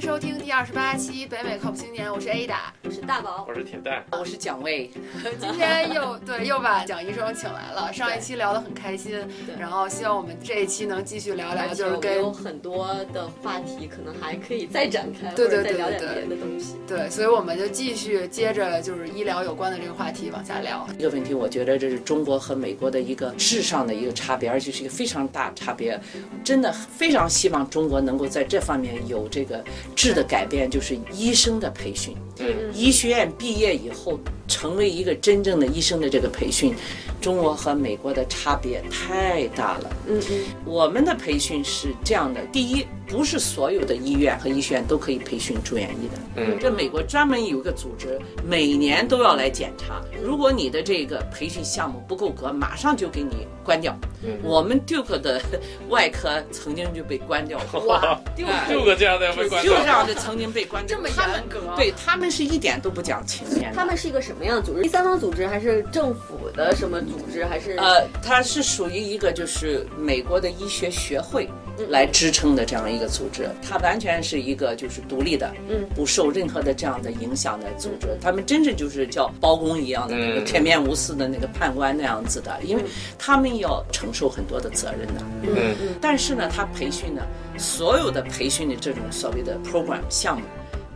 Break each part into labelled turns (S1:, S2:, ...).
S1: 收听第二十八期《北美靠谱青年》，我是 Ada。
S2: 我是大
S1: 啊
S2: 宝，
S3: 我是铁蛋，
S4: 我是蒋卫，
S1: 今天又对又把蒋医生请来了，上一期聊得很开心，
S2: 对
S1: 然后希望我们这一期能继续聊聊，
S2: 而且
S1: 就
S2: 我
S1: 是
S2: 们有
S1: 跟
S2: 很多的话题，可能还可以再展开，
S1: 对对
S2: 或者
S1: 对
S2: 再聊
S1: 对
S2: 点别的东西。
S1: 对，所以我们就继续接着就是医疗有关的这个话题往下聊。
S4: 这个问题，我觉得这是中国和美国的一个质上的一个差别，而且是一个非常大的差别。真的非常希望中国能够在这方面有这个质的改变，就是医生的培训。
S3: 嗯
S4: 医学院毕业以后，成为一个真正的医生的这个培训，中国和美国的差别太大了。
S2: 嗯嗯，
S4: 我们的培训是这样的：第一，不是所有的医院和医学院都可以培训住院医的。
S3: 嗯
S4: 这美国专门有一个组织，每年都要来检查。如果你的这个培训项目不够格，马上就给你关掉。
S3: 嗯
S4: 我们 Duke 的外科曾经就被关掉过，
S3: 哇，六个这样的被 关
S4: 就
S3: 掉
S4: 这样的曾经被关掉。
S1: 这么
S4: 他们
S1: 严格
S4: 对他们是一点都不讲情面的。
S2: 他们是一个什么样的组织？第三方组织还是政府的什么组织？还是
S4: 呃，它是属于一个就是美国的医学学会
S2: 嗯
S4: 来支撑的这样一个组织，它完全是一个就是独立的，
S2: 嗯，
S4: 不受任何的这样的影响的组织。他们真是就是叫包公一样的、那个
S3: 嗯
S4: 铁面无私的那个判官那样子的，因
S2: 嗯
S4: 为他们要承受很多的责任的。
S3: 嗯
S4: 但是呢，他培训呢，所有的培训的这种所谓的 program 项目，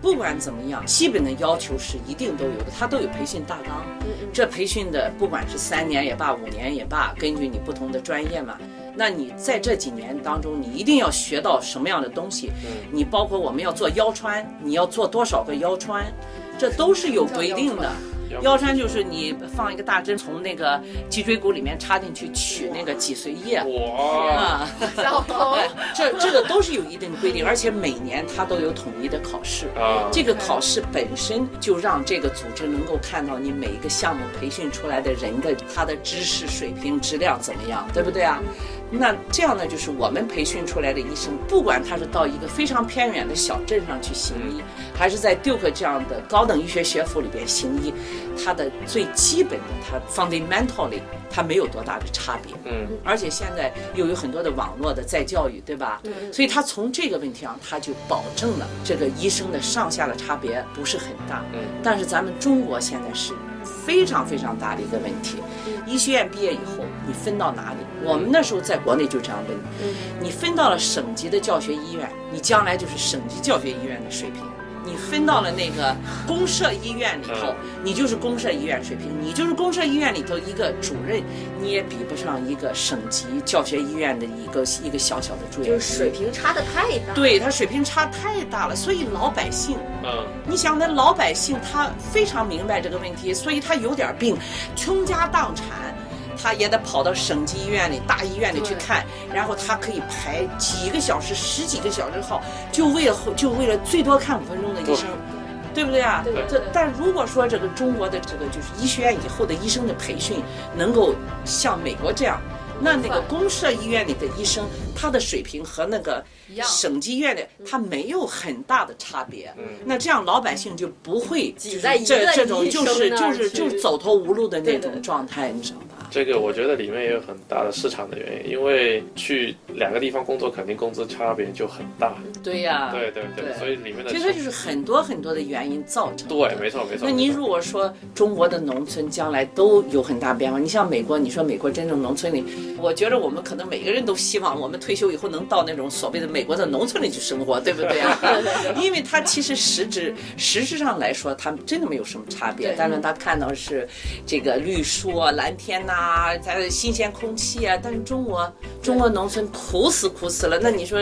S4: 不管怎么样，基本的要求是一定都有的，他都有培训大纲。这培训的不管是三年也罢，五年也罢，根据你不同的专业嘛。那你在这几年当中，你一定要学到什么样的东西？你包括我们要做腰穿，你要做多少个腰穿，这都是有规定的。腰穿就是你放一个大针从那个脊椎骨里面插进去取那个脊髓液
S3: 哇，
S4: 啊。
S1: 然后
S4: 这这个都是有一定的规定，而且每年它都有统一的考试。
S3: 啊
S4: 这个考试本身就让这个组织能够看到你每一个项目培训出来的人的他的知识水平质量怎么样，对不对啊？那这样呢，就是我们培训出来的医生，不管他是到一个非常偏远的小镇上去行医，还是在 Duke 这样的高等医学学府里边行医，他的最基本的，他 fundamentally 他没有多大的差别。
S3: 嗯
S4: 而且现在又有很多的网络的再教育，对吧？所以他从这个问题上，他就保证了这个医生的上下的差别不是很大。
S3: 嗯
S4: 但是咱们中国现在是非常非常大的一个问题，医学院毕业以后你分到哪里？我们那时候在国内就这样问，你分到了省级的教学医院，你将来就是省级教学医院的水平。你分到了那个公社医院里头
S3: 嗯，
S4: 你就是公社医院水平，你就是公社医院里头一个主任，你也比不上一个省级教学医院的一个一个小小的住院医
S2: 就
S4: 院。
S2: 是水平差的太大？，
S4: 对他水平差太大了，所以老百姓
S3: 嗯
S4: 你想，那老百姓他非常明白这个问题，所以他有点病，倾家荡产，他也得跑到省级医院里、大医院里去
S1: 对
S4: 看，然后他可以排几个小时、十几个小时号，就为了就为了最多看五分钟的医生。对不对啊？
S2: 对
S4: 这
S2: 对
S4: 但如果说这个中国的这个就是医学院以后的医生的培训能够像美国这样，那那个公社医院里的医生他的水平和那个
S1: 一样嗯
S4: 省级医院的他没有很大的差别。
S3: 嗯
S4: 那这样老百姓就不会就是
S2: 在一
S4: 这
S2: 个
S4: 这种
S2: 医生
S4: 就是
S2: 那
S4: 就
S2: 儿
S4: 是
S2: 去
S4: 就是走投无路的那
S2: 对
S4: 种
S2: 对
S4: 状态，你知道吧？
S3: 这个我觉得里面也有很大的市场的原因，因为去两个地方工作，肯定工资差别就很大。
S4: 对呀，
S3: 对对对，
S4: 啊对
S3: 所以里面的
S4: 其实就是很多很多的原因造成的。
S3: 对，没错没错。
S4: 那您
S3: 没错
S4: 如果说中国的农村将来都有很大变化，你像美国，你说美国真正农村里，我觉得我们可能每个人都希望我们退休以后能到那种所谓的美国的农村里去生活，对不对 啊？因为它其实实质实质上来说，它真的没有什么差别
S2: 对，
S4: 但是它看到是这个绿树啊、蓝天呐、它的新鲜空气啊，但是中国中国农村苦死苦死了，那你说。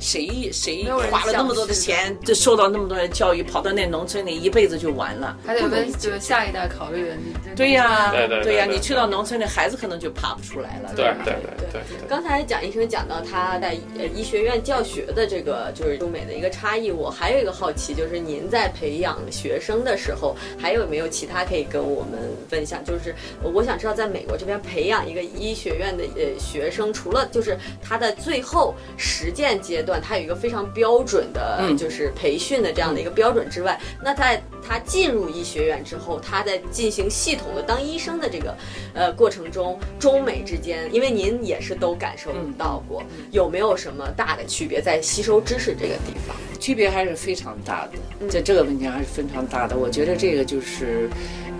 S4: 谁谁
S1: 没有人
S4: 花了那么多的
S1: 想去的
S4: 钱，就受到那么多的教育，跑到那农村里一辈子就完了。
S1: 还得为就是下一代考虑。你
S4: 对呀、
S3: 对对对
S4: 呀、
S3: 对
S4: 你去到农村里，孩子可能就爬不出来了。
S3: 对
S4: 吧
S3: 对对对对
S2: 刚才蒋医生讲到他在呃医学院教学的这个就是中美的一个差异，我还有一个好奇，就是您在培养学生的时候，还有没有其他可以跟我们分享？就是呃我想知道，在美国这边培养一个医学院的呃学生，除了就是他的最后实践阶段，他有一个非常标准的，
S4: 嗯
S2: 就是培训的这样的一个标准之外，那在他进入医学院之后，他在进行系统的当医生的这个呃过程中，中美之间，因为您
S4: 嗯
S2: 也是都感受到过，有没有什么大的区别在吸收知识这个地方？
S4: 区别还是非常大
S3: 嗯
S4: 的，在这个问题上还是非常大的。我觉得这个就是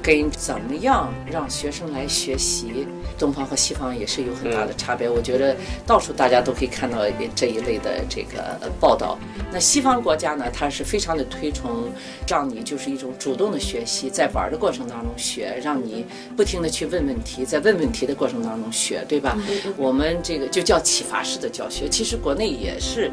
S4: 跟怎么样让学生来学习，东方和西方也是有很大的
S3: 嗯
S4: 差别。我觉得到处大家都可以看到这一类的这个报道。那西方国家呢，它是非常的推崇让你就是一种主动的学习，在玩的过程当中学，让你不停的去问问题，在问问题的过程当中学，嗯对吧？我们这个就叫启发式的教学。其实国内也是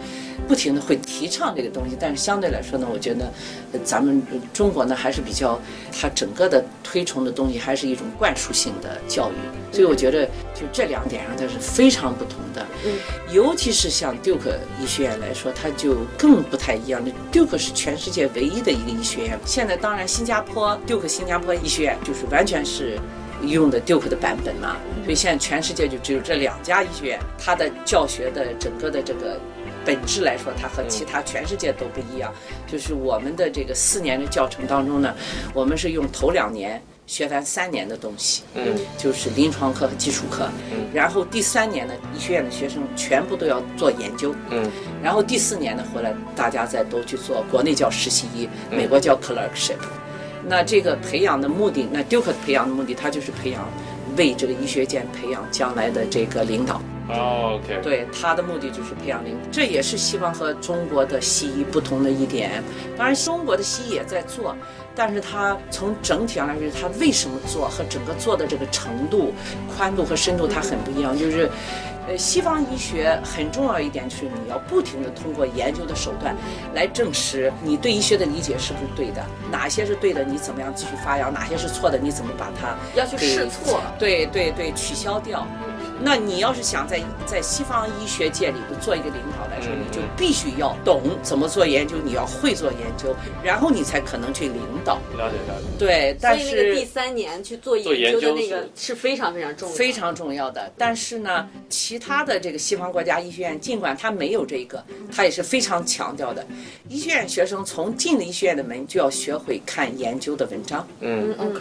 S4: 不停的会提倡这个东西，但是相对来说呢，我觉得呃咱们呃中国呢还是比较，它整个的推崇的东西还是一种灌输性的教育，所以我觉得就这两点上它是非常不同的。嗯，尤其是像 Duke 医学院来说，它就更不太一样的。Duke 是全世界唯一的一个医学院，现在当然新加坡 Duke 新加坡医学院就是完全是。用的 Duke 的版本嘛，所以现在全世界就只有这两家医学院，它的教学的整个的这个本质来说，它和其他全世界都不一样。就是我们的这个四年的教程当中呢，我们是用头两年学完三年的东西，
S3: 嗯，
S4: 就是临床课和基础课，然后第三年呢，医学院的学生全部都要做研究，
S3: 嗯，
S4: 然后第四年呢，回来大家再都去做，国内叫实习医，美国叫 clerkship。那这个培养的目的，那 Duke 培养的目的，它就是培养为这个医学界培养将来的这个领导。
S3: 哦，OK，，
S4: 对，他的目的就是培养领导，这也是西方和中国的西医不同的一点。当然，中国的西医也在做，但是它从整体上来说，它为什么做和整个做的这个程度、宽度和深度，它很不一样。就是，呃，西方医学很重要一点就是你要不停的通过研究的手段来证实你对医学的理解是不是对的，哪些是对的，你怎么样继续发扬，哪些是错的，你怎么把它
S2: 要去
S4: 给
S2: 试错，
S4: 对对对，取消掉。
S2: 嗯
S4: 那你要是想在在西方医学界里头做一个领导来说，
S3: 嗯
S4: 你就必须要懂怎么做研究，你要会做研究，
S2: 嗯
S4: 然后你才可能去领导。
S3: 了解了解，
S4: 对，但
S2: 所以那个第
S4: 是
S2: 三年去做
S3: 做研
S2: 研究的
S3: 究
S2: 那
S3: 是
S2: 个是非常非常重要的，
S4: 非常重要
S2: 嗯
S4: 的。但是呢，其他的这个西方国家医学院，尽管它没有这个，它也是非常强调的。医学院学生从进了医学院的门就要学会看研究的文章，
S3: 嗯
S1: OK，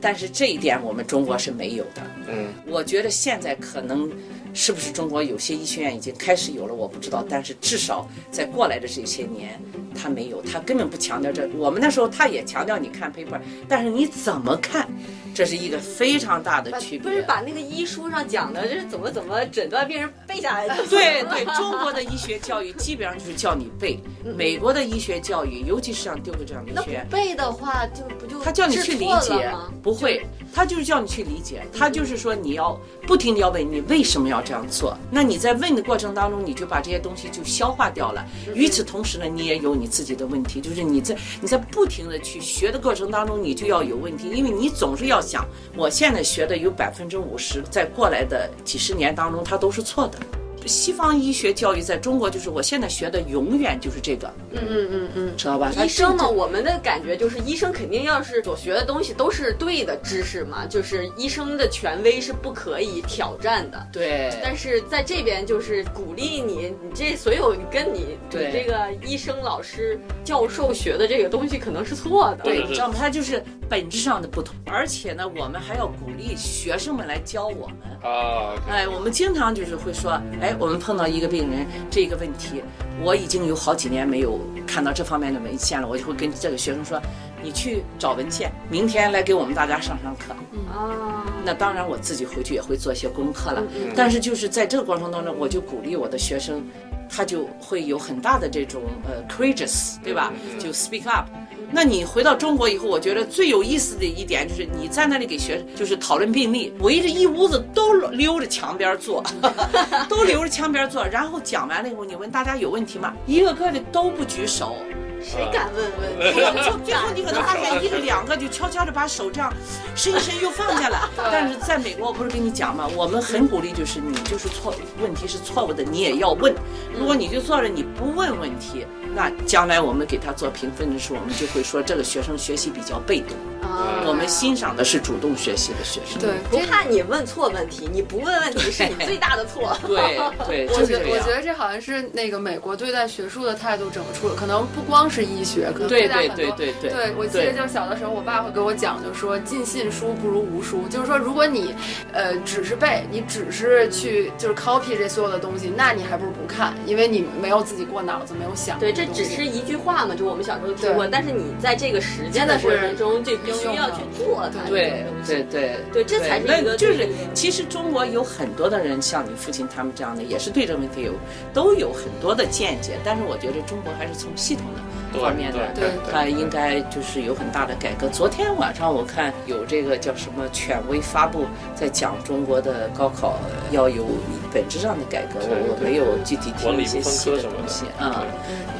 S4: 但是这一点我们中国是没有的。
S3: 嗯
S4: 我觉得现在可能是不是中国有些医学院已经开始有了，我不知道。但是至少在过来的这些年，他没有，他根本不强调这。我们那时候他也强调你 看 paper，但是你怎么看，这是一个非常大的
S2: 把
S4: 区别。
S2: 不是把那个医书上讲的，这是怎么怎么诊断病人背下来的。
S4: 对对，中国的医学教育基本上就是叫你背，美国的医学教育，尤其是像丢克这样的
S2: 嗯那
S4: 医学
S2: 不，背的话，就不就
S4: 他叫你去理
S2: 治错
S4: 解
S2: 了吗，
S4: 不会，他就是叫你去理解，他就是说你要不停的要问你为什么要这样做。那你在问的过程当中，你就把这些东西就消化掉了。与此同时呢，你也有你自己的问题，就是你在你在不停的去学的过程当中，你就要有问题，因为你总是要想，我现在学的有百分之五十，在过来的几十年当中，它都是错的。西方医学教育在中国就是我现在学的永远就是这个，
S2: 嗯嗯嗯嗯。
S4: 知道吧？它
S2: 医生嘛，
S4: 就
S2: 我们的感觉就是，医生肯定要是所学的东西都是对的知识嘛，就是医生的权威是不可以挑战的。
S4: 对，
S2: 但是在这边就是鼓励你，你这所有你跟你你
S4: 对
S2: 这个医生、老师、教授学的这个东西可能是错的。
S3: 对
S4: 对，你知道吗？它就是本质上的不同，而且呢，我们还要鼓励学生们来教我们。
S3: 啊，OK，
S4: 哎，我们经常就是会说，哎，我们碰到一个病人这个问题，我已经有好几年没有看到这方面的文献了，我就会跟这个学生说，你去找文献，明天来给我们大家上上课。
S2: 啊，
S4: 那当然，我自己回去也会做一些功课了
S2: 嗯。
S4: 但是就是在这个过程当中，我就鼓励我的学生，他就会有很大的这种呃 courageous，对吧？
S2: 嗯
S4: 就 speak up。那你回到中国以后，我觉得最有意思的一点就是你在那里给学就是讨论病例，围着一屋子都溜着墙边坐， 都溜着墙边坐，然后讲完了以后，你问大家有问题吗？一个个的都不举手。
S2: 谁敢问问题？
S4: 就 最后你可能发现一个两个就悄悄的把手这样伸一伸又放下 来。但是在美国，我不是跟你讲嘛，我们很鼓励就是你就是错，问题是错误的，你也要问。如果你就坐着你不问问题，那将来我们给他做评分的时候，我们就会说这个学生学习比较被动，
S1: 嗯
S2: 啊
S4: 嗯我们欣赏的是主动学习的学生。
S1: 对，
S2: 不
S1: 这
S2: 怕你问错问题，你不问问题是你最大的错。
S4: 对对，
S1: 我
S4: 就是
S1: 觉
S4: 这
S1: 我
S4: 样
S1: 觉。得这好像是那个美国对待学术的态度整个出了，可能不光是医学，可能
S4: 对
S1: 大家
S4: 对
S1: 很
S4: 对
S1: 多
S4: 对对
S1: 对，我记得
S4: 对
S1: 就是小的时候，我爸会给我讲，就说尽信书不如无书，就是说如果你，呃，只是背，你只是去就是 copy 这所有的东西，那你还不如不看，因为你没有自己过脑子，没有想过
S2: 对，
S1: 的
S2: 这
S1: 东西。
S2: 只是一句话嘛，就我们小时候听过，
S1: 对
S2: 但是你在这个实践的过程中，就必须要去做它。
S4: 对对对
S2: 对这才是
S4: 那
S2: 一个
S4: 就是
S2: 对对对
S4: 其实中国有很多的人，像你父亲他们这样的，也是对这问题有都有很多的见解，但是我觉得中国还是从系统的方面的。
S3: 对
S1: 对
S4: 它应该就是有很大的改革。昨天晚上我看有这个叫什么权威发布，在讲中国的高考要有本质上的改革，
S3: 对
S4: 我我
S3: 对
S4: 没有具体听
S3: 文理
S4: 一
S3: 不
S4: 些
S3: 分
S4: 细
S3: 科
S4: 的
S3: 什
S4: 东
S3: 么
S4: 西
S3: 的，
S4: 啊，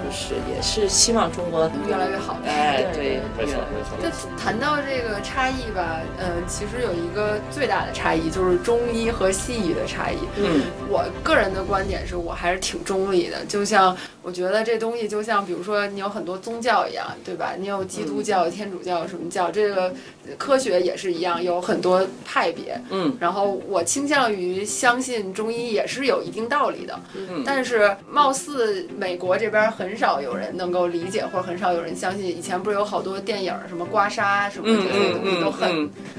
S4: 就是也是希望中国
S1: 越来越好
S4: 哎，
S2: 对
S4: 对，
S3: 没错
S4: 越来
S3: 没错。
S1: 就谈到这个差异吧，呃，其实有一个最大的差异就是中医和西医的差异。
S4: 嗯，
S1: 我个人的观点是我还是挺中立的，就像我觉得这东西就像比如说你有很多宗教一样，对吧？你有基督教、天主教什么教，这个科学也是一样，有很多派别。
S4: 嗯，
S1: 然后我倾向于相信中医也是有一定道理的，
S4: 嗯
S1: 但是貌似美国这边很少有人能够理解，或者很少有人相信。以前不是有好多电影儿什么刮痧什么这些东西都很、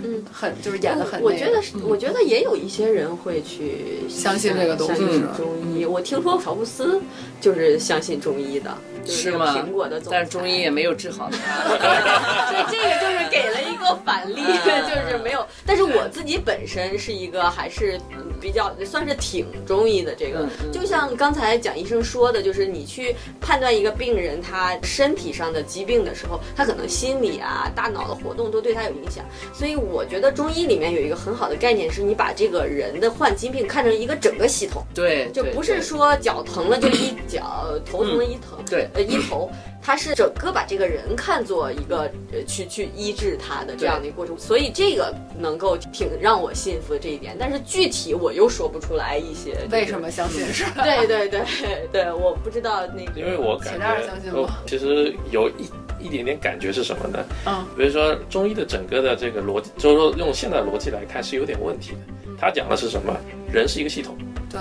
S4: 嗯
S1: 很就是演的很、那个
S2: 我觉得是，我觉得也有一些人会去
S1: 相信这个东西
S2: 相信
S1: 是吧
S2: 中医。我听说乔布斯就是相信中医的，就是
S4: 是
S2: 那个
S4: 吗
S2: 苹果的总裁，
S4: 但是中医也没有治 好他。
S2: 所以这个就是给了一个反例，
S4: 嗯
S2: 就是没有。但是我自己本身是一个还是嗯比较算是挺中医的这个
S4: 嗯，嗯
S2: 就像刚才蒋医生说的，就是你去判断一个病人他身体上的疾病的时候，他可能心理啊、大脑的活动都对他有影响。所以我觉得中医里面有一个很好的概念，是你把这个人的患疾病看成一个整个系统。
S4: 对，
S2: 就
S4: 对
S2: 不是说脚疼了就医脚，头疼了医疼，
S4: 对
S2: 呃医头，他是整个把这个人看作一个呃去去医治他的这样的一个过程，所以这个能够挺让我信服这一点，但是具体我又说不出来一些就是
S1: 为什。么相信是吧？
S2: 对对对对，我不知道那个，
S3: 因为我感
S1: 铁蛋儿
S3: 觉
S1: 相信，
S3: 我
S1: 吗
S3: 其实有一一点点感觉是什么呢？
S1: 嗯，
S3: 比如说中医的整个的这个逻辑，就是说用现在的逻辑来看是有点问题的。他讲的是什么？人是一个系统，
S1: 对，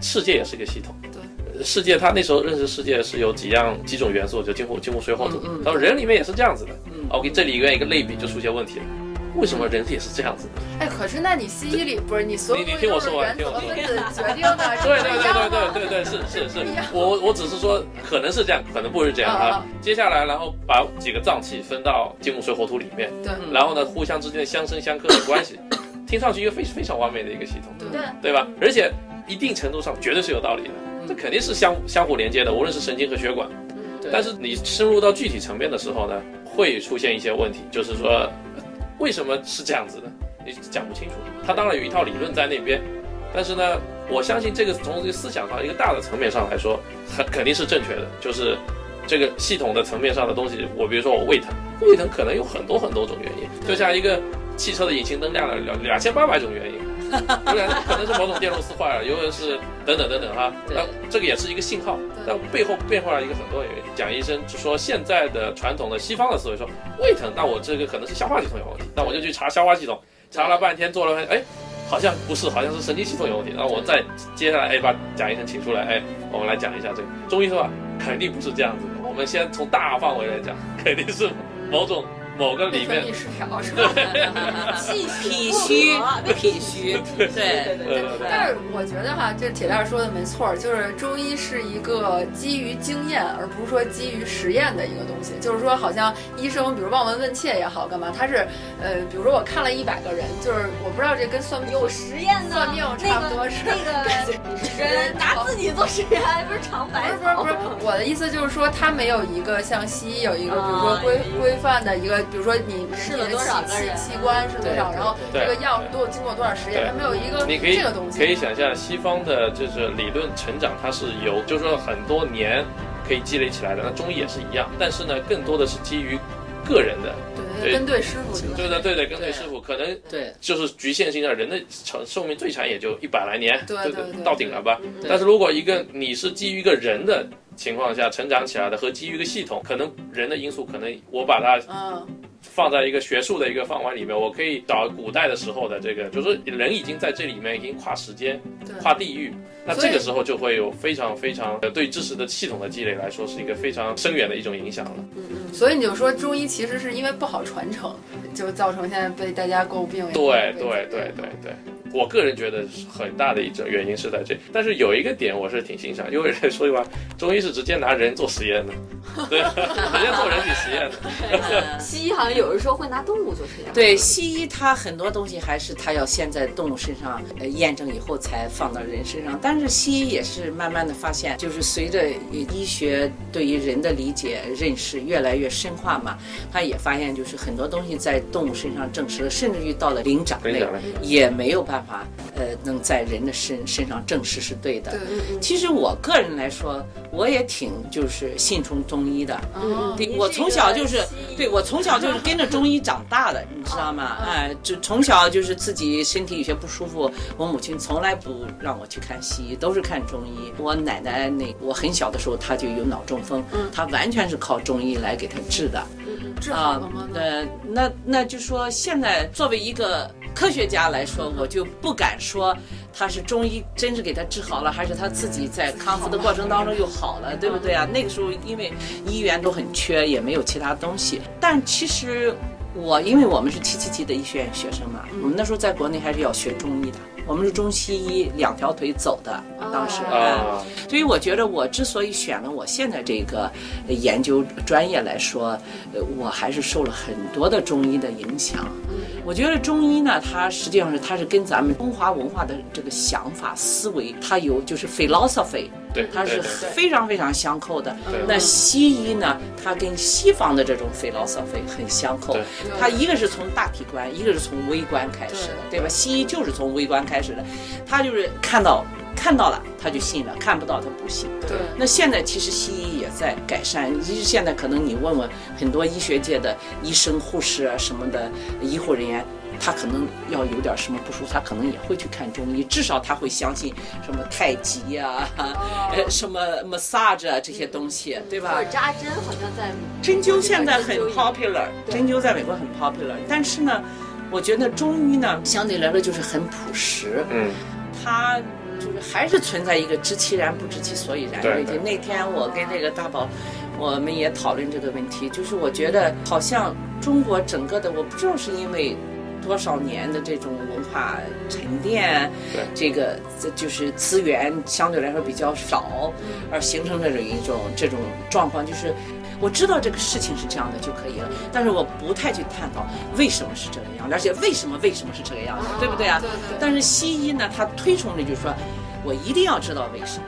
S3: 世界也是一个系统，
S1: 对
S3: 呃。世界，他那时候认识世界是有几样几种元素，就金木金木水火土
S4: 嗯嗯。
S3: 然后人里面也是这样子的。
S4: 嗯
S3: OK，这里面一个类比就出现问题了，为什么人也是这样子的？
S1: 哎，可是那你西医里不是你所有
S3: 你
S1: 东西
S3: 你听
S1: 都
S3: 我
S1: 是
S3: 说完
S1: 原子和
S3: 听
S1: 分
S3: 我
S1: 子决定的，
S3: 对
S1: 这
S3: 对
S1: 不一
S3: 对
S1: 样
S3: 对
S1: 吗？
S3: 对对对，是是是
S1: 一样，
S3: 我我只是说可能是这样，可能不是这样啊
S1: 啊。
S3: 接下来，然后把几个脏器分到金木水火土里面，
S1: 对
S4: 嗯
S3: 然后呢，互相之间的相生相克的 关系，听上去一个非非常完美的一个系统，
S1: 对
S2: 对
S3: 对吧？而且一定程度上绝对是有道理的，
S1: 嗯
S3: 这肯定是相相互连接的，无论是神经和血管。
S4: 对
S3: 但是你深入到具体层面的时候呢，会出现一些问题，就是说呃为什么是这样子的，你讲不清楚。它当然有一套理论在那边，但是呢，我相信这个从这个思想上一个大的层面上来说，很肯定是正确的，就是。这个系统的层面上的东西，我比如说我胃疼，胃疼可能有很多很多种原因，就像一个汽车的引擎灯亮了两两千八百种原因，有人可能是某种电路丝坏了，有人是等等等等哈。
S4: 对
S3: 那这个也是一个信号，但背后变化了一个很多原因。蒋医生就说，现在的传统的西方的思维说胃疼，那我这个可能是消化系统有问题，那我就去查消化系统，查了半天做了半天，哎，好像不是，好像是神经系统有问题。然后我再接下来，哎，把蒋医生请出来，哎，我们来讲一下这个中医说吧，肯定不是这样子的。我们先从大范围来讲， 肯定是某种某个里
S1: 内分泌
S3: 面
S1: 失调是吧？
S2: 气
S4: 脾虚，脾虚，对，
S2: 啊对对对，
S1: 但是我觉得哈，这铁蛋儿说的没错儿，就是中医是一个基于经验，而不是说基于实验的一个东西。就是说，好像医生，比如望闻问切也好，干嘛，他是，呃，比如说我看了一百个人，就是我不知道这跟算命
S2: 有实验的，
S1: 算命差不多是
S2: 那个那个人拿自己做实验，还不是尝
S1: 不
S2: 百
S1: 是不是
S2: 草
S1: 不是，我的意思就是说，它没有一个像西医有一个，比如说
S2: 啊
S1: 规
S2: 有一个
S1: 规范的一个，比如说你
S2: 试
S1: 你
S2: 了
S1: 的
S2: 多少
S1: 器
S2: 个人
S1: 器器官是多
S4: 对
S1: 少，
S4: 对
S1: 然后
S3: 对
S1: 这个药
S3: 对
S1: 都经过多少实验，
S3: 对
S1: 它没有一个
S3: 你可以
S1: 这个东西。
S3: 可以想象西方的就是理论成长，它是由就是说很多年可以积累起来的。那中医也是一样，但是呢，更多的是基于个人的，
S1: 对
S3: 对
S1: 跟对师傅去
S3: 对的对的，跟对师傅可能
S4: 对，
S3: 就是局限性的，人的长寿命最长也就一百来年，
S1: 对
S3: 对
S1: 对对
S3: 到顶了吧。
S2: 嗯
S4: 对
S3: 但是如果一个你是基于一个人的情况下成长起来的，和基于一个系统，可能人的因素可能我把它
S1: 嗯，
S3: 放在一个学术的一个饭碗里面，我可以找古代的时候的这个，就是人已经在这里面已经跨时间、
S1: 对
S3: 跨地域，那
S1: 所以
S3: 这个时候就会有非常非常呃对知识的系统的积累来说是一个非常深远的一种影响了。
S2: 嗯
S1: 所以你就说中医其实是因为不好传承，就造成现在被大家诟病也好。
S3: 对
S1: 被
S3: 对对对对，我个人觉得是很大的一种原因是在这，但是有一个点我是挺欣赏，因为人家说句话，中医是直接拿人做实验的，对， 直接做人体实验的，
S2: 西医好像有的时候会拿动物做实验。
S4: 对西医，它很多东西还是它要先在动物身上呃验证以后才放到人身上。但是西医也是慢慢的发现，就是随着医学对于人的理解认识越来越深化嘛，它也发现就是很多东西在动物身上证实了，甚至于到了灵长
S3: 灵
S4: 类
S3: 长类
S4: 也没有办法呃能在人的身身上证实是对的。
S1: 对
S2: 嗯嗯
S4: 其实我个人来说，我也挺就是信崇中医的。
S1: 嗯
S4: 对
S2: 你
S4: 我
S2: 是一
S4: 从
S2: 个
S4: 小就是
S2: 西医嗯
S4: 对我从小就是跟着中医长大的，你知道吗？哎，就从小就是自己身体有些不舒服，我母亲从来不让我去看西医，都是看中医。我奶奶那我很小的时候她就有脑中风，
S2: 嗯
S4: 她完全是靠中医来给她治的。
S1: 治好
S4: 啊
S1: 了吗，？
S4: 那那那就说，现在作为一个科学家来说，我就不敢说他是中医真是给他治好了，还是他自己在康复的过程当中又好了，对不对啊？那个时候因为医源都很缺，也没有其他东西。但其实我因为我们是七七级的医学院学生嘛，我们那时候在国内还是要学中医的，我们是中西医两条腿走的，当时。
S3: 啊。
S4: 所以我觉得我之所以选了我现在这个呃研究专业来说，呃，我还是受了很多的中医的影响。我觉得中医呢，它实际上是它是跟咱们中华文化的这个想法思维，它有就是 philosophy，
S3: 对，
S4: 它是
S3: 对对
S4: 非常非常相扣的
S3: 对。
S4: 那西医呢，它跟西方的这种 philosophy 很相扣
S3: 对，
S4: 它一个是从大体观，一个是从微观开始的，对吧？西医就是从微观开始的，它就是看到看到了他就信了，看不到他不信。
S1: 对，
S4: 那现在其实西医也在改善，其实现在可能你问问很多医学界的医生、护士啊什么的医护人员，他可能要有点什么不舒服，他可能也会去看中医，至少他会相信什么太极呀、
S2: 哎
S4: 呃什么 massage 啊这些东西，对吧？
S2: 或者扎针好像在
S4: 针灸现在很
S2: 针灸也
S4: popular，
S2: 对
S4: 针灸在美国很 popular，但是呢，我觉得中医呢相对来说就是很朴实，
S3: 嗯，
S4: 它就是还是存在一个知其然不知其所以然的
S3: 对
S4: 问题
S3: 对。
S4: 那天我跟这个大宝，我们也讨论这个问题，就是我觉得好像中国整个的，我不知道是因为。多少年的这种文化沉淀
S3: 对，
S4: 这个这就是资源相对来说比较少，而形成这种一种这种状况，就是我知道这个事情是这样的就可以了，但是我不太去探讨为什么是这个样，而且为什么为什么是这个样子，对不对啊？
S1: 对对
S4: 但是西医呢，它推崇的就是说，我一定要知道为什么，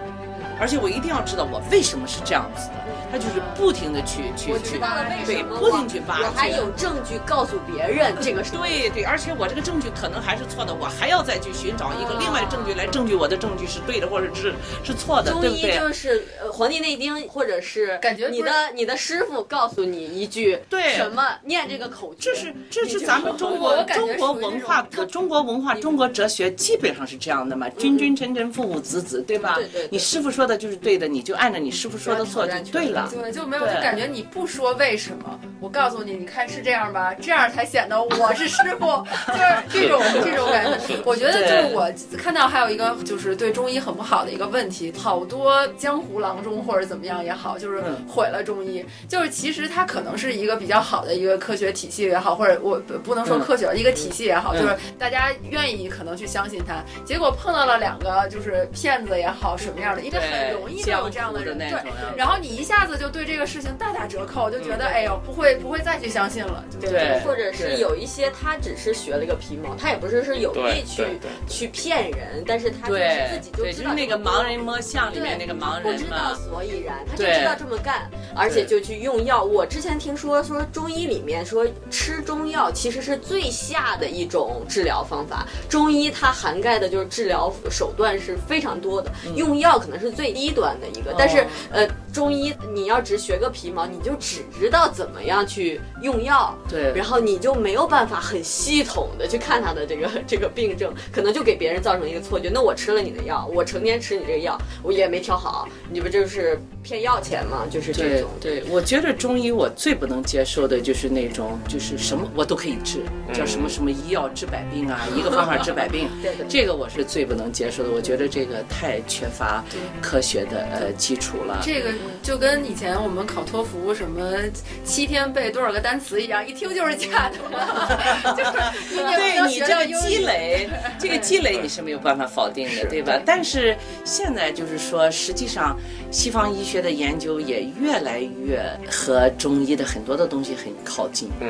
S4: 而且我一定要知道我为什么是这样子的，它就是不停的去去
S2: 我
S4: 去
S2: 知道了为
S4: 对
S2: 什么
S4: 不停去挖
S2: 我还
S4: 掘
S2: 有证据告诉别人这个是
S4: 对对，而且我这个证据可能还是错的，我还要再去寻找一个另外的证据来证据我的证据是对的或者是是错的，
S2: 中
S4: 对不
S2: 医
S4: 对？
S2: 就是呃《黄帝内经》，或者是
S1: 感觉不是
S2: 你的你的师傅告诉你一句
S4: 对
S2: 什么念这个口诀，
S4: 这是这
S2: 你
S4: 是
S2: 就
S4: 咱们中
S1: 我
S4: 国
S1: 感觉
S4: 中国
S1: 属于那
S4: 文化
S1: 种
S4: 中国文化中国哲学基本上是这样的嘛，君君臣臣父父子子，对吧？
S2: 对对对
S4: 你师傅说的就是对的，你就按照你师傅说的做
S2: 不
S4: 就
S2: 要挑战
S4: 对了。
S1: 对，就没有，就
S4: 对
S1: 感觉你不说为什么，我告诉你，你看是这样吧，这样才显得我是师傅， 就是这种
S3: 是
S1: 这种感觉
S3: 是。
S1: 我觉得就
S4: 对
S1: 是我看到还有一个就是对中医很不好的一个问题，好多江湖郎中或者怎么样也好，就是
S4: 嗯
S1: 毁了中医。就是其实它可能是一个比较好的一个科学体系也好，或者我不能说
S4: 嗯
S1: 科学，一个体系也好，
S4: 嗯
S1: 就是大家愿意可能去相信它。结果碰到了两个就是骗子也好，什么样的，因为很
S4: 对
S1: 容易就
S4: 江
S1: 有
S4: 湖
S1: 这样的
S4: 的
S1: 人，
S4: 那
S1: 对
S4: 种。啊
S1: 然后你一下子就对这个事情大打折扣，就觉得、
S4: 嗯
S1: 哎呦，不会不会再去相信了，就
S4: 对
S2: 或者是
S4: 对
S2: 有一些他只是学了一个皮毛，他也不是是有
S3: 对
S2: 意去
S3: 对对，
S2: 去骗人，但是他就是
S4: 对
S2: 自己就
S4: 对，
S2: 知
S4: 就
S2: 道
S4: 是那个
S2: 这
S4: 盲人摸象里面
S2: 对
S4: 那个盲
S2: 不
S4: 人
S2: 知道
S4: 嘛，
S2: 所以然，他就
S4: 对
S2: 知道这么干，而且就去用药。我之前听说说中医里面说吃中药其实是最下的一种治疗方法，中医它涵盖的就是治疗手段是非常多的，
S4: 嗯
S2: 用药可能是最低端的一个。但是
S4: 哦
S2: 呃，中医你要只学个皮毛，你就只知道怎么样去用药，
S4: 对
S2: 然后你就没有办法很系统的去看他的这个 这个病症，可能就给别人造成一个错觉。那我吃了你的药，我成天吃你这个药，我也没调好，你不就是骗要钱嘛，就是这
S4: 对
S2: 种。
S4: 对，我觉得中医我最不能接受的就是那种，就是什么我都可以治，叫什么什么医药治百病啊，一个方法治百病
S2: ，对对
S4: 这个我是最不能接受的。我觉得这个太缺乏科学的呃基础了。
S1: 这个就跟以前我们考托福什么七天背多少个单词一样，一听就是假 的嘛，就是 你也
S4: 对
S1: 不
S4: 你
S1: 学
S4: 这
S1: 到
S4: 样
S1: 英
S4: 积
S1: 语。
S4: 累，这个积累你是没有办法否定的，对吧？但是现在就是说，实际上西方医学的研究也越来越和中医的很多的东西很靠近。
S3: 嗯，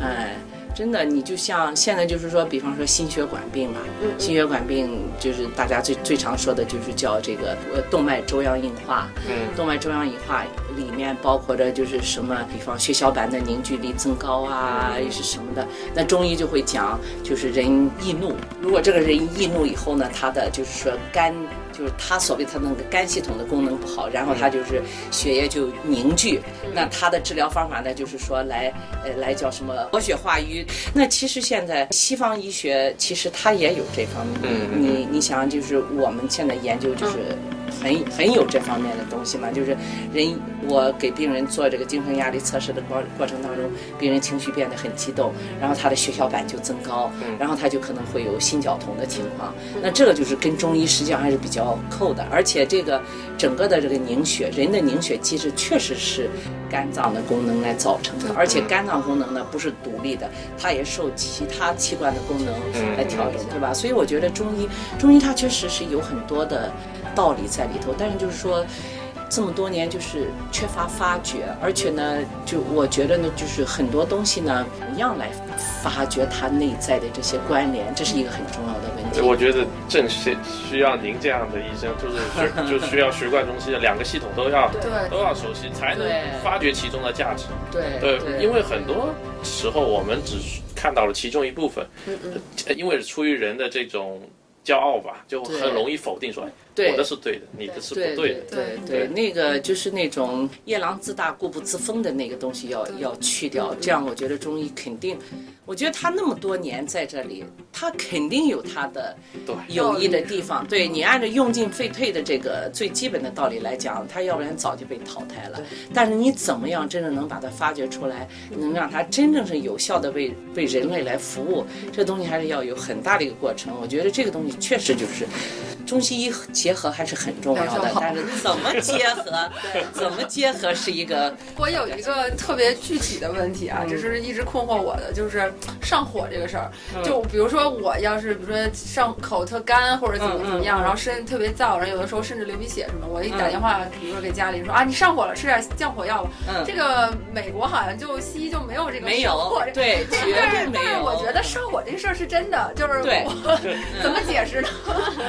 S4: 哎，真的，你就像现在就是说，比方说心血管病吧，心血管病就是大家最最常说的就是叫这个呃动脉粥样硬化，
S3: 嗯
S4: 动脉粥样硬化里面包括着就是什么，比方血小板的凝聚力增高啊，又是什么的。那中医就会讲，就是人易怒，如果这个人易怒以后呢，他的就是说肝。就是他所谓他那个肝系统的功能不好，然后他就是血液就凝聚，
S3: 嗯
S4: 那他的治疗方法呢，就是说来呃来叫什么活血化瘀。那其实现在西方医学其实它也有这方面，
S3: 嗯嗯
S4: 你你想就是我们现在研究就是很很有这方面的东西嘛，就是人我给病人做这个精神压力测试的过过程当中，病人情绪变得很激动，然后他的血小板就增高，然后他就可能会有心绞痛的情况。那这个就是跟中医实际上还是比较扣的，而且这个整个的这个凝血，人的凝血机制确实是肝脏的功能来造成的，而且肝脏功能呢不是独立的，它也受其他器官的功能来调整，对吧？所以我觉得中医，中医它确实是有很多的道理在里头，但是就是说。这么多年就是缺乏发掘，而且呢，就我觉得呢，就是很多东西呢，怎么样来发掘它内在的这些关联，这是一个很重要的问题。
S3: 我觉得正需需要您这样的医生，就是学就需要学贯中西，两个系统都要
S1: 对
S3: 都要熟悉，才能
S4: 对
S3: 发掘其中的价值。
S4: 对
S3: 对，呃因为很多时候我们只看到了其中一部分，
S4: 嗯
S3: 呃因为出于人的这种骄傲吧，就很
S4: 对
S3: 容易否定说，哎
S4: 对
S3: 我的是对的，你的是不对
S4: 对对
S3: 的。
S4: 对
S3: 对
S4: 对，那个就是那种夜郎自大、固步自封的那个东西要要去掉，这样我觉得中医肯定，我觉得他那么多年在这里，他肯定有他的
S3: 对
S4: 有益的地方。对你按照用进废退的这个最基本的道理来讲，他要不然早就被淘汰了。但是你怎么样真正能把它发掘出来，能让它真正是有效的为为人类来服务，这东西还是要有很大的一个过程。我觉得这个东西确实就是。中西医结合还是很重要
S1: 两
S4: 的
S1: 种，好
S4: 但是 怎么结合，怎么结合是一个
S1: 我有一个特别具体的问题
S4: 嗯
S1: 啊，这是一直困惑我的，就是上火这个事儿。
S4: 嗯
S1: 就比如说我要是比如说上口特干或者怎么怎么
S4: 嗯
S1: 样，然后身体特别燥，然后有的时候甚至流鼻血什么，我一打电话，比如说给家里说啊，你上火了，吃点降火药吧。
S4: 嗯
S1: 这个美国好像就西医就没有这个
S4: 没
S1: 上
S4: 有
S1: 火这，个
S4: 对，绝对
S1: 但是
S4: 没
S1: 但是
S4: 有。
S1: 我觉得上火这事儿是真的，就是
S4: 对
S1: 我 怎么解释呢？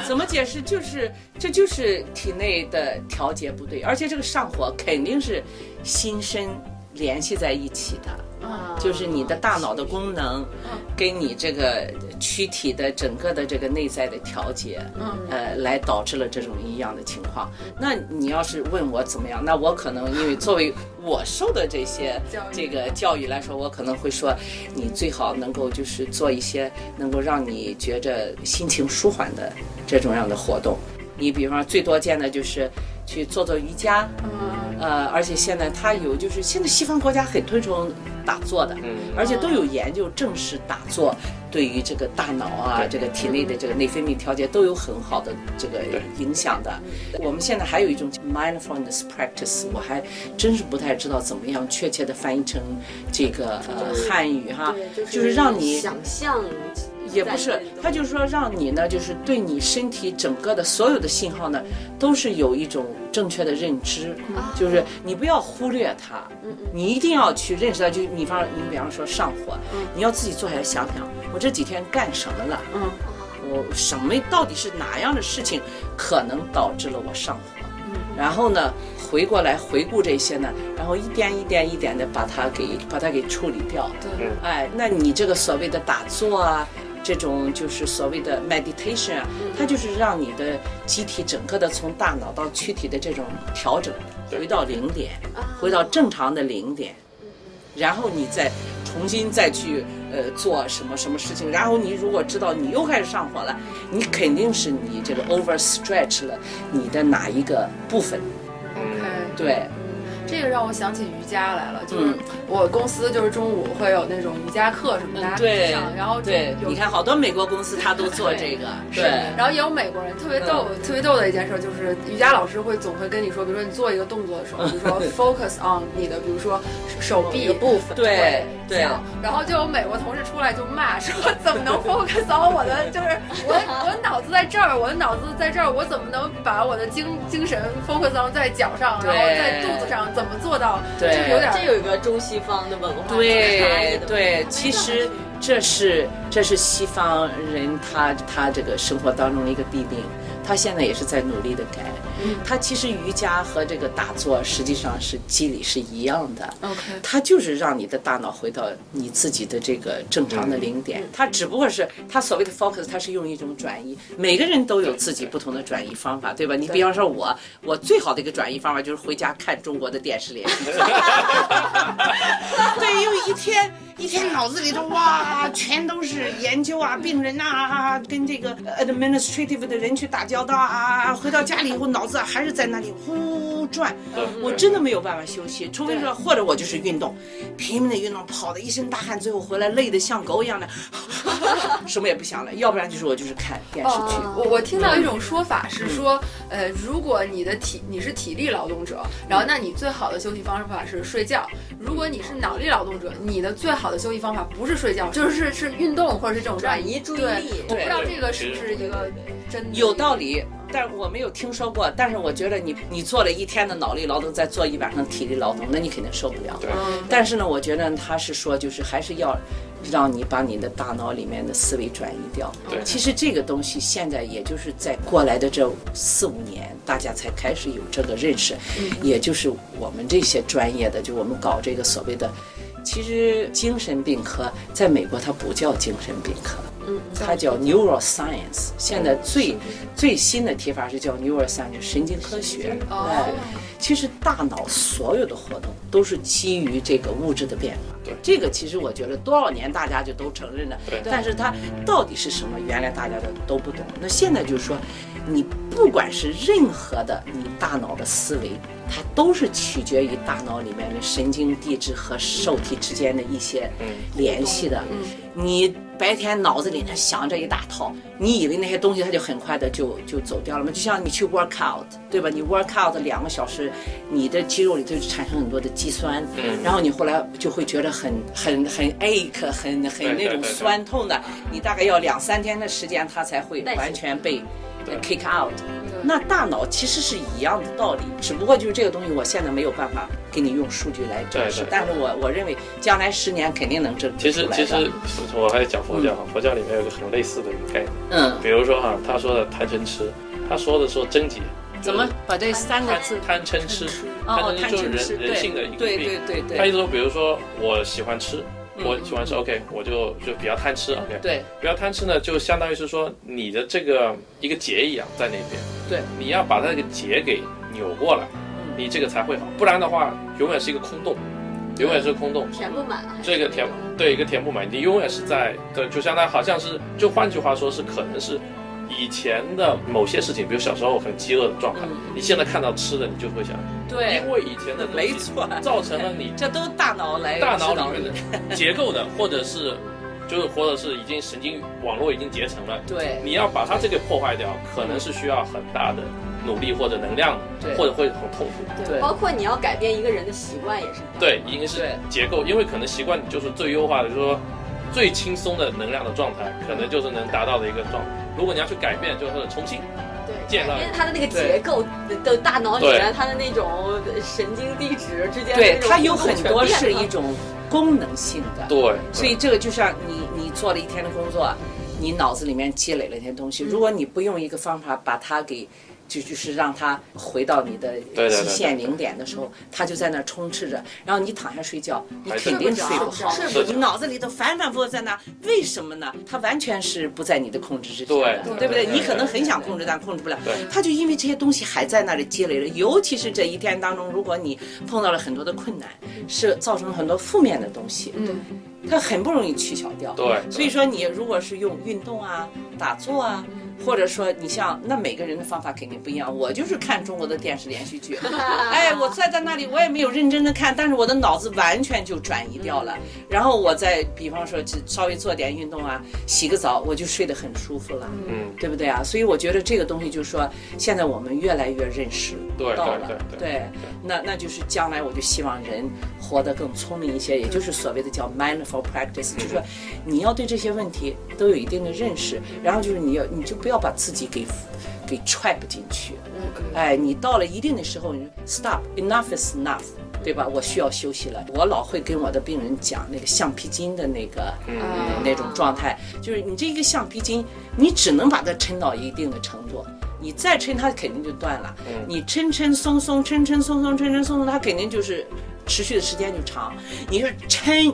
S4: 怎么解释？就是这就是体内的调节不对，而且这个上火肯定是心身联系在一起的，
S1: 啊
S4: 就是你的大脑的功能
S1: 嗯
S4: 跟你这个躯体的整个的这个内在的调节，
S1: 嗯
S4: 呃，来导致了这种异样的情况。那你要是问我怎么样，那我可能因为作为我受的这些
S1: 教育
S4: 这个教育来说，我可能会说，你最好能够就是做一些能够让你觉着心情舒缓的这种样的活动。你比方最多见的就是去做做瑜伽，
S1: 嗯
S4: 呃，而且现在它有就是现在西方国家很推崇打坐的，而且都有研究证实打坐对于这个大脑啊，这个体内的这个内分泌调节都有很好的这个影响的。我们现在还有一种 mindfulness practice，我还真是不太知道怎么样确切的翻译成这个呃汉语哈，
S2: 对，
S4: 就是让你
S2: 想象，
S4: 也不是，他就是说让你呢，就是对你身体整个的所有的信号呢，都是有一种正确的认知，就是你不要忽略它，你一定要去认识到，就你方你比方说上火，你要自己坐下来想想，我这几天干什么了，
S1: 嗯
S4: 我什么到底是哪样的事情可能导致了我上火，然后呢，回过来回顾这些呢，然后一点一点一点的把它给把它给处理掉，
S1: 对
S4: 哎，那你这个所谓的打坐啊，这种就是所谓的 meditation 啊，它就是让你的机体整个的从大脑到躯体的这种调整，回到零点，回到正常的零点，然后你再重新再去呃做什么什么事情，然后你如果知道你又开始上火了，你肯定是你这个 overstretch 了你的哪一个部分。
S1: ，OK。
S4: 对，
S1: 这个让我想起瑜伽来了，就是
S4: 嗯
S1: 我公司就是中午会有那种瑜伽课什么的，大家去
S4: 对
S1: 上，然后就
S4: 对，
S1: 有
S4: 你看好多美国公司他都做这个，
S1: 是
S4: 对，嗯
S1: 然后也有美国人特别逗、特别逗的一件事，就是瑜伽老师会总会跟你说，比如说你做一个动作的时候，比如 说 focus on 你的，比如说手
S2: 一
S1: 臂
S2: 个。部分，
S4: 对对
S1: 脚啊然后就有美国同事出来就骂说，怎么能 focus on 我的，就是我我脑子在这儿，我的脑子在这儿，我怎么能把我的精精神 focus on 在脚上，然后
S4: 对
S1: 在肚子上，怎么做到？
S4: 对啊
S1: 就有点
S2: 这有一个中西方的文化差异
S4: 对
S2: 的
S4: 对，其实这是这是西方人他他这个生活当中的一个弊病，他现在也是在努力的改。他其实瑜伽和这个打坐实际上是机理是一样的。
S1: OK，
S4: 它就是让你的大脑回到你自己的这个正常的零点，它只不过是它所谓的 focus，它是用一种转移。每个人都有自己不同的转移方法，对吧？你比方说我，我最好的一个转移方法就是回家看中国的电视连续剧， 对，因为一天一天脑子里头哇，全都是研究啊，病人呐、啊，跟这个呃 administrative 的人去打交道啊，回到家里以后脑子还是在那里呼转，我真的没有办法休息，除非说或者我就是运动，拼命的运动，跑的一身大汗，最后回来累得像狗一样的， 什么也不想了，要不然就是我就是看电视剧。
S1: 哦我我听到一种说法是说，呃，如果你的体你是体力劳动者，然后那你最好的休息方法是睡觉；如果你是脑力劳动者，你的最好的休息方法不是睡觉，就是是是运动或者是这种
S2: 转移注意力
S1: 对我不知道
S3: 对
S1: 这个是不是一个真的
S4: 有道理，但是我没有听说过。但是我觉得你你做了一天的脑力劳动，再做一晚上体力劳动，那你肯定受不了。
S3: 对
S4: 但是呢，我觉得他是说，就是还是要让你把你的大脑里面的思维转移掉。
S3: 对
S4: 其实这个东西现在也就是在过来的这四五年，大家才开始有这个认识，也就是我们这些专业的，就我们搞这个所谓的。其实精神病科在美国它不叫精神病科，嗯，它叫嗯 neuroscience。现在最最新的提法是叫 neuroscience 神经科学。
S1: 哦
S4: 哎，其实大脑所有的活动都是基于这个物质的变化。
S3: 对
S4: 这个其实我觉得多少年大家就都承认了，
S3: 对
S4: 但是它到底是什么，原来大家都都不懂。那现在就是说，你不管是任何的你大脑的思维，它都是取决于大脑里面的神经递质和受体之间的一些联系的。
S3: 嗯
S4: 你白天脑子里呢想着一大套，你以为那些东西它就很快的就就走掉了吗？就像你去 work out，对吧？你 work out 两个小时，你的肌肉里头就产生很多的肌酸，
S3: 嗯
S4: 然后你后来就会觉得很很很 ache，很很那
S3: 对对啊
S4: 种
S3: 对
S4: 酸痛的，你大概要两三天的时间，它才会
S2: 代谢
S4: 完全被呃 kick out。那大脑其实是一样的道理，只不过就是这个东西，我现在没有办法给你用数据来证
S3: 对
S4: 实，
S3: 对
S4: 但是我我认为将来十年肯定能证
S3: 其
S4: 实
S3: 实
S4: 出来
S3: 其
S4: 的。
S3: 实我还讲佛教哈，佛教里面有一个很类似的一个概念，
S4: 嗯，
S3: 比如说哈，他说的贪嗔痴，他说的说贞洁，
S4: 怎么把这三个
S3: 贪
S4: 字？
S3: 贪嗔痴，贪
S4: 哦，
S3: 嗔
S4: 贪
S3: 痴就是
S4: 嗔痴，
S3: 人人性的一
S4: 对
S3: 个
S4: 对
S3: 病。
S4: 对对嗯
S3: 他意
S4: 对
S3: 思说，比如说我喜欢吃，我喜欢吃，OK，我就就比较贪吃，OK，
S4: 对
S3: 不要贪吃呢，就相当于是说你的这个一个结一样在那边，
S4: 对，嗯
S3: 你要把它这个结给扭过来，你这个才会好，不然的话永远是一个空洞，永远是空洞，
S2: 填不满还是
S3: 这个填对一个填不满，你永远是在对，就相当于好像是，就换句话说是可能是。以前的某些事情，比如小时候很饥饿的状态，你现在看到吃的，你就会想，
S4: 嗯对
S3: 因为以前的东
S4: 没
S3: 西
S4: 错，
S3: 造成了你
S4: 这都大脑来
S3: 大脑
S4: 指导
S3: 里面
S4: 你
S3: 的结构的，或者是就是或者是已经神经网络已经结成了，
S4: 对
S3: 你要把它这个破坏掉，可能是需要很大的努力或者能量
S4: 对，
S3: 或者会很痛苦。
S4: 对
S2: 包括你要改变一个人的习惯也是一样。
S3: 对，应该是
S4: 对
S3: 结构，因为可能习惯你就是最优化的，就是说最轻松的能量的状态，可能就是能达到的一个状态。如果你要去改变，就是重新
S2: 对，
S3: 见到
S2: 改变它的那个结构的大脑里面，
S3: 对
S2: 它的那种神经递质之间的那
S4: 对
S2: 种互动全变了，
S4: 它有很多是一种功能性的，
S3: 对，
S4: 所以这个就像你你做了一天的工作，你脑子里面积累了一些东
S3: 嗯
S4: 西，如果你不用一个方法把它给。就就是让它回到你的
S3: 对对对
S4: 极限零点的时候，它就在那儿充斥着，然后你躺下睡觉，你
S3: 还是
S4: 肯定
S3: 睡
S4: 睡
S3: 不
S4: 不
S2: 着
S4: 好，
S2: 睡不
S3: 着
S4: 你脑子里头反反复复在那，为什么呢？它完全是不在你的控制之下的，
S3: 对
S4: 对不对？
S3: 对
S4: 你可能很想控制，但控制不了
S3: 对，
S4: 它就因为这些东西还在那里积累着，尤其是这一天当中，如果你碰到了很多的困难，是造成了很多负面的东西，
S1: 嗯，
S4: 它很不容易取消掉。
S3: 对
S4: 所以说你如果是用运动啊、打坐啊，或者说你像那每个人的方法肯定不一样，我就是看中国的电视连续剧，哎，我坐在那里我也没有认真的看，但是我的脑子完全就转移掉了。然后我再比方说去稍微做点运动啊，洗个澡，我就睡得很舒服了，
S3: 嗯，
S4: 对不对啊？所以我觉得这个东西就是说，现在我们越来越认识
S3: 对对
S4: 到了，
S3: 对
S4: 对，那那就是将来我就希望人活得更聪明一些，也就是所谓的叫 mindful practice，就是说
S3: 嗯
S4: 你要对这些问题都有一定的认识，然后就是你要你就不要把自己给给 trap 进去，哎，你到了一定的时候，你就 stop enough is enough。对吧？我需要休息了。我老会跟我的病人讲那个橡皮筋的那个、那那种状态，就是你这个橡皮筋，你只能把它抻到一定的程度，你再抻它肯定就断了。你抻抻松松，抻抻松松，抻抻松松，它肯定就是持续的时间就长。你是抻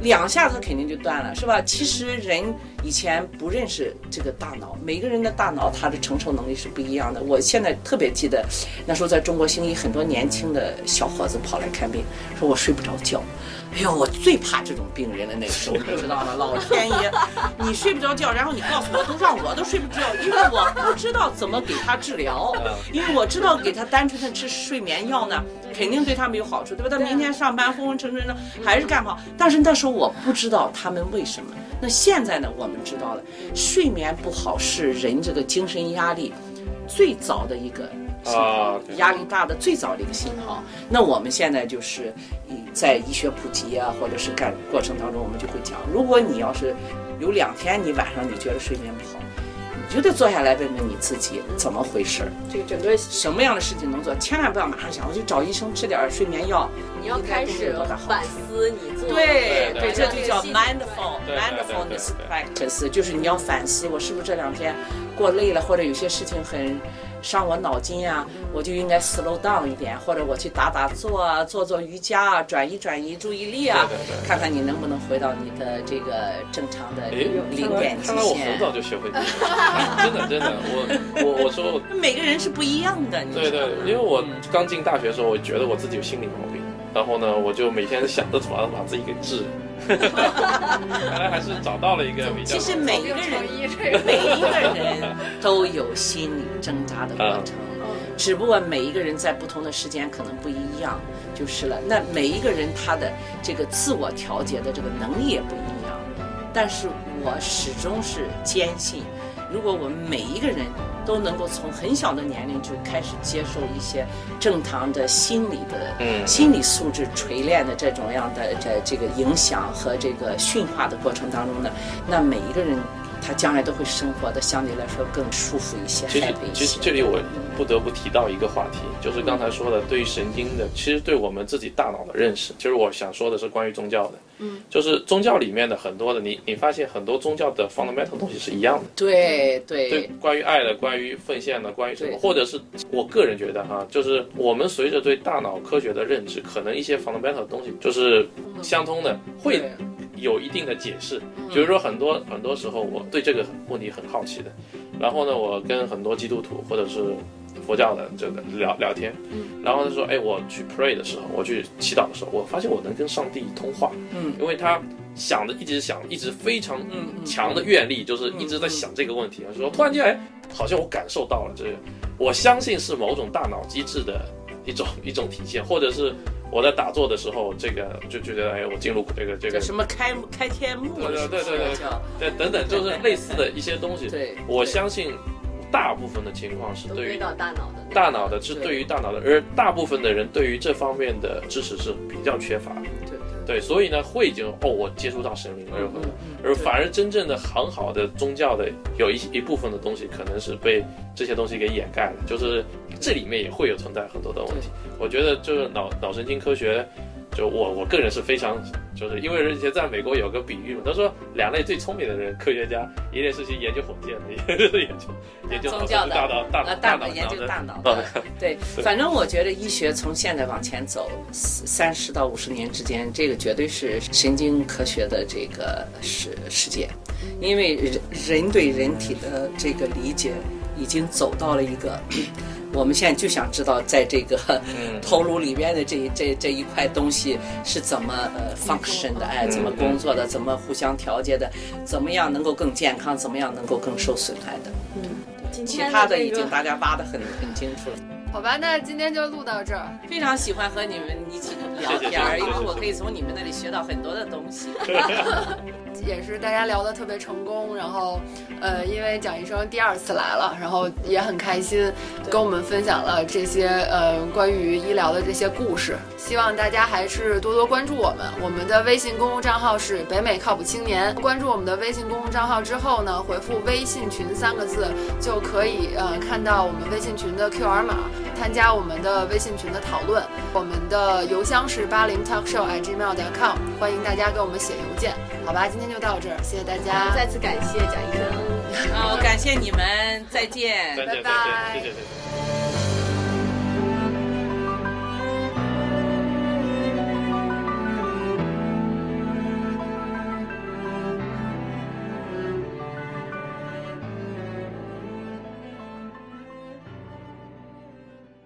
S4: 两下，它肯定就断了，是吧？其实人以前不认识这个大脑，每个人的大脑它的承受能力是不一样的。我现在特别记得那时候在中国兴医，很多年轻的小伙子跑来看病，说我睡不着觉。哎呦，我最怕这种病人了。那个时候，你知道吗？老天爷，你睡不着觉，然后你告诉我，都让我都睡不着觉，因为我不知道怎么给他治疗，因为我知道给他单纯的吃睡眠药呢，肯定对他没有好处，对吧？他明天上班昏昏沉沉的，还是干不好。但是那时候我不知道他们为什么。那现在呢，我们知道了，睡眠不好是人这个精神压力最早的一个信号
S3: 啊对
S4: 压力大的最早的一个信号。那我们现在就是以在医学普及啊，或者是干过程当中，我们就会讲，如果你要是有两天你晚上你觉得睡眠不好，你就得坐下来问问你自己怎么回事儿，
S2: 这个整个
S4: 什么样的事情能做，千万不要马上想我去找医生吃点儿睡眠药，
S2: 你要
S4: 应
S2: 开
S4: 该不会
S2: 始
S4: 有多大好
S2: 反
S4: 处
S2: 思你做
S4: 对
S3: 对对
S4: 这就叫
S2: 对
S4: mindful
S3: 对对
S4: mindfulness
S3: 对
S4: practice，就是你要反思，我是不是这两天过累了，或者有些事情很伤我脑筋啊，我就应该 slow down 一点，或者我去打打坐啊，做做瑜伽啊，转移转移注意力啊
S3: 对对，对
S4: 看看你能不能回到你的这个正常的
S3: 诶，
S4: 零点极
S3: 看来我很
S4: 限。
S3: 早就学会这个， 真的真的，我我我说我
S4: 每个人是不一样的，你
S3: 对
S4: 知道
S3: 对
S4: 吗，
S3: 因为我刚进大学的时候，我觉得我自己有心理毛病，然后呢，我就每天想着怎么把自己给 治。看来还是找到了一个比较
S4: 其实每一
S1: 病
S4: 个
S1: 成
S4: 人
S1: 医这个
S4: 每一个人都有心理挣扎的过程，
S3: 啊
S1: 哦
S4: 只不过每一个人在不同的时间可能不一样，就是了。那每一个人他的这个自我调节的这个能力也不一样，但是我始终是坚信，如果我们每一个人都能够从很小的年龄就开始接受一些正常的心理的、
S3: 嗯
S4: 心理素质锤炼的这种样的这这个影响和这个驯化的过程当中呢，那每一个人他将来都会生活的相对来说更舒服一些、
S3: 其实
S4: happy 一
S3: 其实
S4: 些。
S3: 这里我不得不提到一个话题，就是刚才说的对于神经
S4: 嗯
S3: 的，其实对我们自己大脑的认识，其实我想说的是关于宗教的，嗯，就是宗教里面的很多的，你你发现很多宗教的 fundamental 东西是一样的。
S4: 对对
S3: 对，关于爱的，关于奉献的，关于什么，
S4: 对
S3: 或者是我个人觉得哈，就是我们随着对大脑科学的认知，可能一些 fundamental 的东西就是相通的，会
S4: 对
S3: 有一定的解释。比如说很多很多时候我对这个问题很好奇的，然后呢，我跟很多基督徒或者是佛教的这个聊聊天，然后他说，哎，我去 pray 的时候，我去祈祷的时候，我发现我能跟上帝通话，
S4: 嗯，
S3: 因为他想的一直想，一直非常
S4: 嗯嗯
S3: 强的愿力，就是一直在想这个问题，说突然间，哎，好像我感受到了这个，我相信是某种大脑机制的一种一种体现，或者是我在打坐的时候，这个就觉得，哎，我进入这个这
S4: 叫
S3: 个
S4: 什么开幕开天幕
S3: 对
S4: 是
S3: 对对
S4: 不是
S3: 对对
S4: 叫
S3: 对等等，就是类似的一些东西。
S4: 对
S3: 我
S4: 对
S3: 相信大部分的情况是
S2: 都
S3: 对
S2: 归
S3: 于
S2: 到大脑的那个
S3: 大脑的，是
S4: 对
S3: 对于大脑的，而大部分的人对于这方面的知识是比较缺乏的。
S4: 对
S3: 对，所以呢，会就哦，我接触到神灵了，
S4: 嗯
S3: 而反而真正的很好的宗教的有一一部分的东西，可能是被这些东西给掩盖了，就是这里面也会有存在很多的问题。我觉得就是脑脑神经科学，就我我个人是非常，就是因为而且在美国有个比喻嘛，他说两类最聪明的人科学家，一类是去研究火箭的，一类是研究研究
S4: 啊宗教的
S3: 大脑大
S4: 啊，
S3: 脑
S4: 大
S3: 脑哦
S4: 脑研究
S3: 的
S4: 大 脑
S3: 脑
S4: 的， 对，反正我觉得医学从现在往前走三十到五十年之间，这个绝对是神经科学的这个世世界，因为人人对人体的这个理解已经走到了一个。 我们现在就想知道，在这个
S3: 嗯
S4: 头颅里面的这一这这一块东西是怎么呃 function
S3: 嗯
S4: 的，哎，怎么工作的，怎么互相调节的，怎么样能够更健康，怎么样能够更受损害的。
S2: 今
S4: 其
S2: 天
S4: 他
S2: 的
S4: 的
S2: 这
S4: 已经
S2: 个
S4: 大家扒得很很清楚了。
S1: 好吧，那今天就录到这儿。
S4: 非常喜欢和你们一起聊
S3: 谢谢谢
S4: 天
S3: 谢
S4: 儿，因
S3: 谢
S4: 为
S3: 谢
S4: 我可以从你们那里学到很多的东西。
S1: 也是大家聊得特别成功，然后，呃，因为蒋医生第二次来了，然后也很开心，跟我们分享了这些呃关于医疗的这些故事。希望大家还是多多关注我们，我们的微信公众账号是北美靠谱青年。关注我们的微信公众账号之后呢，回复“微信群”三个字就可以呃看到我们微信群的 QR 码，参加我们的微信群的讨论。我们的邮箱是八零 talkshow at gmail.com，欢迎大家给我们写邮件。好吧，今天就到这儿，谢谢大家，
S2: 再次感谢蒋医生。
S4: 啊好，感谢你们，再见。
S3: 再见再
S1: 拜拜
S3: 见，谢谢谢谢。